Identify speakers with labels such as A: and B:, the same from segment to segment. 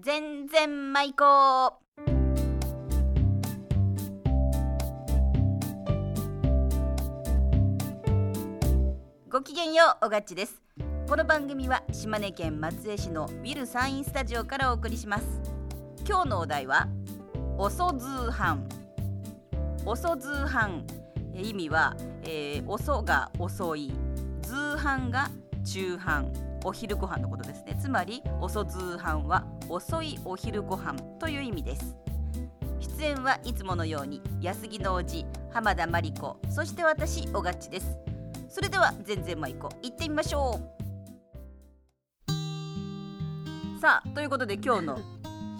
A: 全然舞子ごきげんようおがっちですこの番組は島根県松江市のウィルサインスタジオからお送りします今日のお題はおそずーはんおそずーはんえ意味は、えー、おそが遅いずーはんが中飯お昼ご飯のことですねつまり遅ずーはんは遅いお昼ご飯という意味です出演はいつものように安木のおじ浜田真理子そして私おがっちですそれでは全然まいこ行ってみましょうさあということで今日の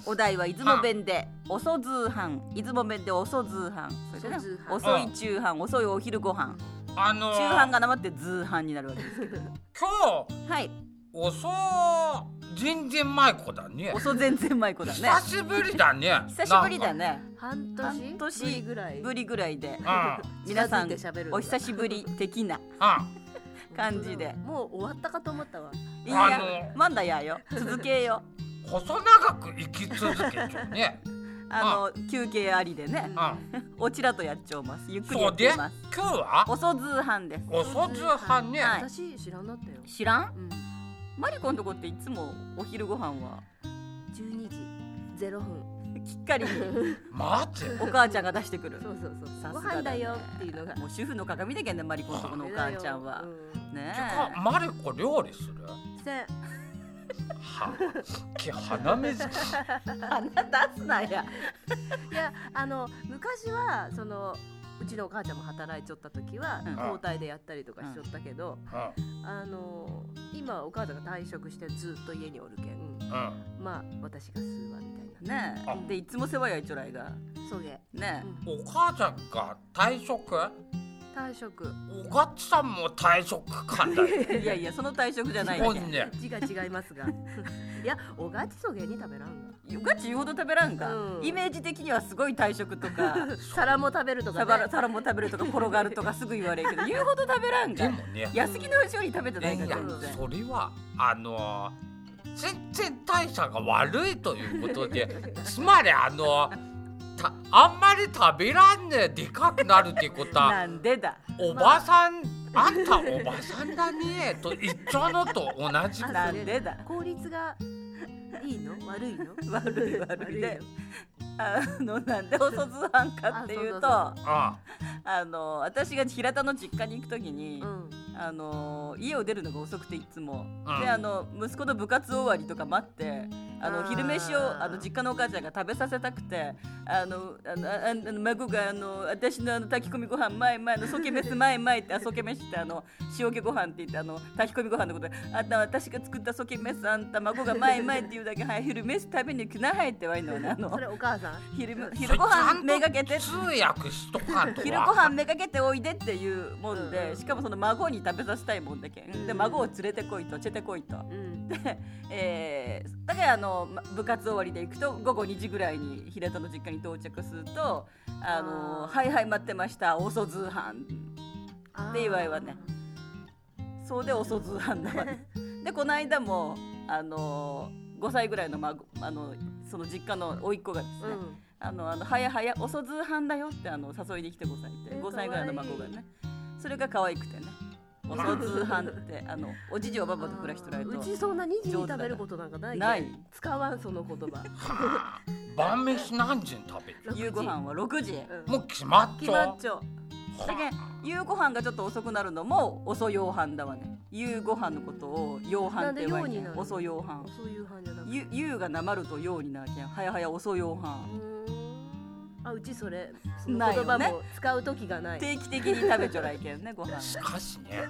A: お題は出雲弁で「おそずーはん」出雲弁で「おそずーはん」それでね
B: 遅ずーはん
A: 遅い中飯遅いお昼ご飯
B: あのー、
A: 中飯がなまってずーはんになるわけですけど
B: 今日
A: はい
B: おそ全然前子だね
A: 遅全然まいこだね
B: 久しぶりだね
A: 久しぶりだね
C: 半年
A: 半
C: ぶり
A: 年
C: ぐらい
A: ぶりぐらいで
B: なんか
A: 皆さ
C: 近
A: ん
C: づいて喋るんだ
A: お久しぶり的な
B: う
A: 感じで
C: もう終わったかと思ったわ
A: いい
B: あ
A: やまだやよ続けよ
B: んうん細長く生き続けちゃうね
A: あの休憩ありでね
B: うん
A: おちらとやっちゃいますゆっくりや
B: そ
A: っ
B: う
A: ち
B: で
A: ゃい
B: 今
A: ます
B: 日は
A: おそずーはんです
B: おそずはんね、
A: はい
C: 私知らんなったよ、
A: 知らん
C: うん、
A: マリコのとこっていつもお昼ご飯は
C: 12時0分
A: きっかりに
B: 待て
A: お母ちゃんが出してくる
C: そうそうそ
A: さ
C: う
A: す
C: ご
A: がだね
C: 飯だよっていうのが
A: もう主婦の鏡だけんねマリコのとこのお母ちゃんは
C: う
A: ね
B: てか マリコ料理する
C: せん
B: はき鼻水か
A: 鼻出すなや
C: いやあの昔はそのうちのお母ちゃんも働いちょった時は
A: うん
C: 交代でやったりとかしちょったけど、
B: うん
C: あの今お母ちゃんが退職してずっと家におるけん
B: うん
C: まあ私が吸うわみたいな
A: ね
B: あ
A: えでいつも世話やいちょらいが
C: そげ、う
A: ねえ
C: ん、
B: お母ちゃんが退職
C: 退 職
B: おがっちさんも退職感だよ
A: いやいやその退職じゃない
B: すごいね
C: 字が違いま すがいやおがちそげに食べらんが
A: ガチ言うほど食べらんか、
C: うん
A: イメージ的にはすごい退職とか
C: 皿も食べると
A: サ
C: か、
A: バ
C: ね
A: ラ、サラも食べるとか転がるとかすぐ言われるけど言うほど食べらん
B: で
A: か
B: もね
A: 安木のうちより食べてない
B: い
A: か
B: や
A: ら
C: う
A: 全
C: ん
A: 然
B: それはあのー全然代謝が悪いということで つまりあのたあんまり食べらんねえでかくなるってことは
A: なんでだ
B: おばさん、あ、んたおばさんだねと一緒のと同 じ
C: あ
A: なんでだ
C: 効率がいいの悪いの
A: 悪い悪いで
C: 悪の
A: あのなんでおそずはんかっていうとあ
C: あ
B: あ
A: の私が平田の実家に行く時に、
C: うん
A: あの家を出るのが遅くていつも、
B: うん
A: であの息子の部活終わりとか待ってあの
C: あー
A: 昼飯をあの実家のお母ちゃんが食べさせたくてあのあのああの孫があの私のあの炊き込みご飯前前のそけ飯前前ってあそけ飯ってあの塩気ご飯って言ってあの炊き込みご飯のことであんた私が作ったそけ飯あんた孫が前前って言うだけはい昼飯食べに来なはいってわいのねあ
C: そ
A: の
C: れお母さん
A: 昼昼ご飯めがけて
B: 通訳しとかんとは
A: 昼ご飯めがけておいでっていうもん
C: うん
A: で、
C: うん
A: しかもその孫に食べさせたいもんだけん、
C: うん
A: で孫を連れてこいと連れてこいと、
C: うん
A: えーだからあのま部活終わりで行くと午後2時ぐらいに平田の実家に到着すると「あの
C: あー
A: はいはい待ってましたおそずーはん」で祝いはねそうでおそずー はんだわねでこの間もあの5歳ぐらいの孫あのその実家の甥っ子がですね、
C: うん
A: あのあの早々おそずーはんだよってあの誘いに来て5歳で
C: えー
A: 5歳ぐらいの孫が
C: かわ
A: ねそれが可愛くてねおそずーはんってあのおじじおばばと暮らしとられる
C: う
A: と
C: ちそんな2時に食べることなんかないけん
A: ない
C: 使わんその言葉
B: はあ晩飯何時に食べる
C: 六時
A: 夕ご飯は6時
C: うん
B: もう決まっ
A: 決
B: ち
A: ま
B: ゃ
A: っちょ
B: う
A: だけん夕ご飯がちょっと遅くなるのも遅ようはんだわね夕ご飯のことをようはんって言われ
C: なんでように
A: て
C: なるの
A: 遅ようはん
C: そういう飯じゃなくて
A: ゆ夕がなまるとようになるけん早々遅ようは
C: うんーんあうちそれその
A: ない
C: 言
A: よ
C: 葉
A: ね
C: も使う時がない
A: 定期的に食べちょらいけんねご飯
B: しかしね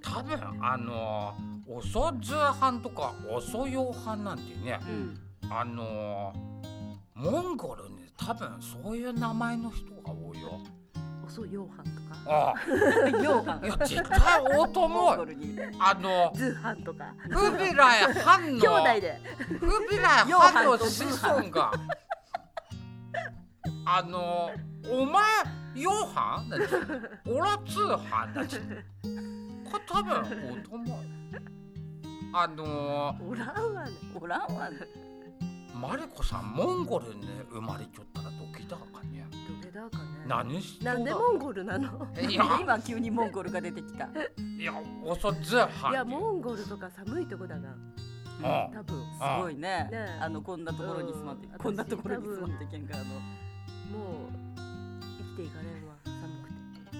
B: 多分あのー遅通販とか遅用飯なんてね
A: うん
B: あのーモンゴルに多分そういう名前の人が多いよ
C: 遅いよ飯とか
B: あ
A: ようはん
B: あいや絶対多いと
A: モ
B: 思
A: ンゴ
B: う
A: ルに
B: あの
C: ズー飯とか
B: フビライハンの
C: 兄弟で
B: フビライハンの子孫があのーお前ヨハンだち俺は通販だちこれ多分多いと思うあのー
C: おらんわね
A: おらんわね
B: ママリコさんモンゴルに生まれちょったらドキだかね
C: 土下座かね
B: 何しとだ
C: なんでモンゴルなの
B: いや
A: 今急にモンゴルが出てきた。
B: いやおそずはい
C: やモンゴルとか寒いとこだな
B: うん
C: 多分
A: すごいね。
C: ねえ
A: あのこんなところに住まって、
C: うん
A: こんなところに住まってけんからあの。
C: もう生きていかれんわ寒くて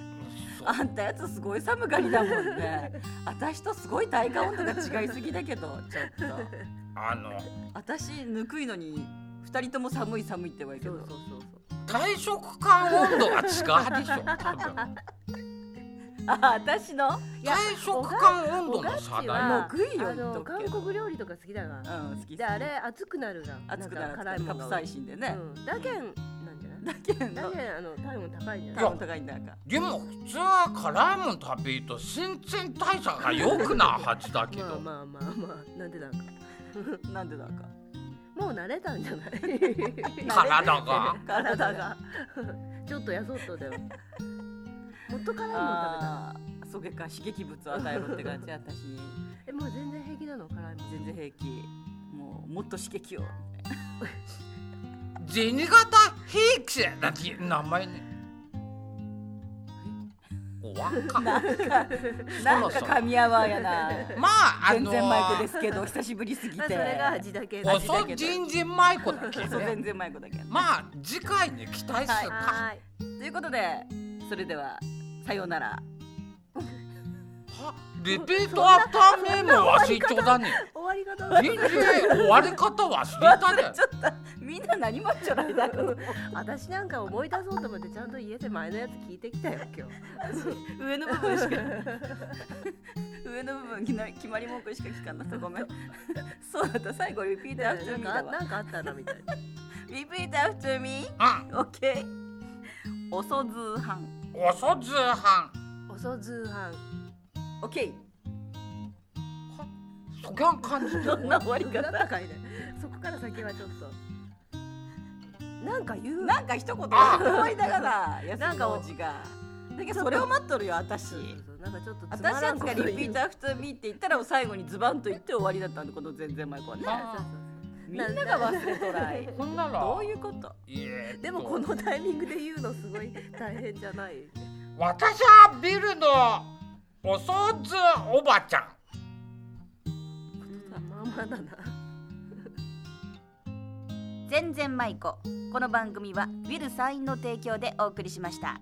B: そう
A: あんたやつすごい寒がりだもんね。私とすごい体感温度が違いすぎだけど、ちょっと。
B: あの
A: 私ぬくいのに二人とも寒い寒いって言われるけ
C: そ
A: ど
C: う。そうそうそう
B: 体食感温度が違うでしょ多分
A: あ、私の。いや
B: 体食感温度の差
C: お
B: だよ
A: もう
C: が
A: 食いよ
C: あの
A: 言っとく
C: 韓
A: けど
C: 国料理とか好きだが
A: うん、好き。
C: であれ熱くなるが
A: 熱くな
C: なん
A: るか
C: か
A: ら
C: 辛いも
A: カ
C: んが
A: プ
C: 多
A: サ
C: い
A: イシンでね。
C: うんだけんなんじゃない
A: だけ
C: だ
A: ど
C: けんあの体温高いんじゃな
A: 体
C: い
A: 温高いんだから。
B: でも普通は辛いもん食べると新陳代謝が良くなるはずだけ
C: まあ
B: ど
C: まあまあまあなんでなんか
A: なんでだか。
C: もう慣れたんじゃない
B: 体が
A: 体が。
C: ちょっとやそっとだよもっと辛いもん食べ
A: あ
C: た
A: あ、そげか刺激物を与えろって感じ、私に。
C: えもう全然平気なの辛いもん
A: 全然平気。もうもっと刺激を。
B: 銭形平気なんて名前ねおわんか
A: なんか、なんか噛み合わんやな。
B: まああ
A: 全
B: の
A: 然舞子ですけど、久しぶりすぎて。
C: まあそれが味だけ
B: お
C: 味だ
B: そ
C: け
B: じんじん舞子だっけ
A: そう、
B: ね
A: 全然舞子だけど。
B: まあ次回に期待するか
C: はーい
A: ということで、それでは、さようなら。
B: はリピートアフターネーム忘れちょだね
C: 終わり方が
B: DJ 終わり方忘れたね
A: ちょっと、みんな何もちょらいだけど。
C: 私なんか思い出そうと思ってちゃんと家で前のやつ聞いてきたよ今日
A: 上の部分しか上の部分決まり決まり文句しか聞かなかったごめんそうだった最後リピートアフトゥーミー
C: な
A: だ
C: んか
A: わ
C: なんかあったなみたい な
A: リピートアフトゥーミー
B: うん
A: オッケーおそずーはん
B: おそずはん
C: おそずはん
A: オッケー
B: そぎゃん感じで
A: どんな終わり
C: なん
A: 方
C: だかいね そこから先はちょっとなんか言う
A: なんか一言
B: あ
A: 思いなが ら
C: な
A: 安
C: ん
A: い
C: か
A: おじがだけどそれを待っとるよ私
C: そうそうそうなんかちょっとつま
A: 私
C: ら
A: た
C: ん
A: ち
C: こ
A: が
C: と言う
A: リピートアフトゥーミーって言ったら最後にズバンと言って終わりだったんでこの全然前子はね
B: あ
C: そうそう
A: みんなが忘れとらい
B: こんなら
A: どういうこと
B: えーっ
C: そう
B: と
C: でもこのタイミングで言うのすごい大変じゃない
B: 私はビルのおそずおばちゃん
C: まあまあだな
A: 全然舞子この番組はウィルサインの提供でお送りしました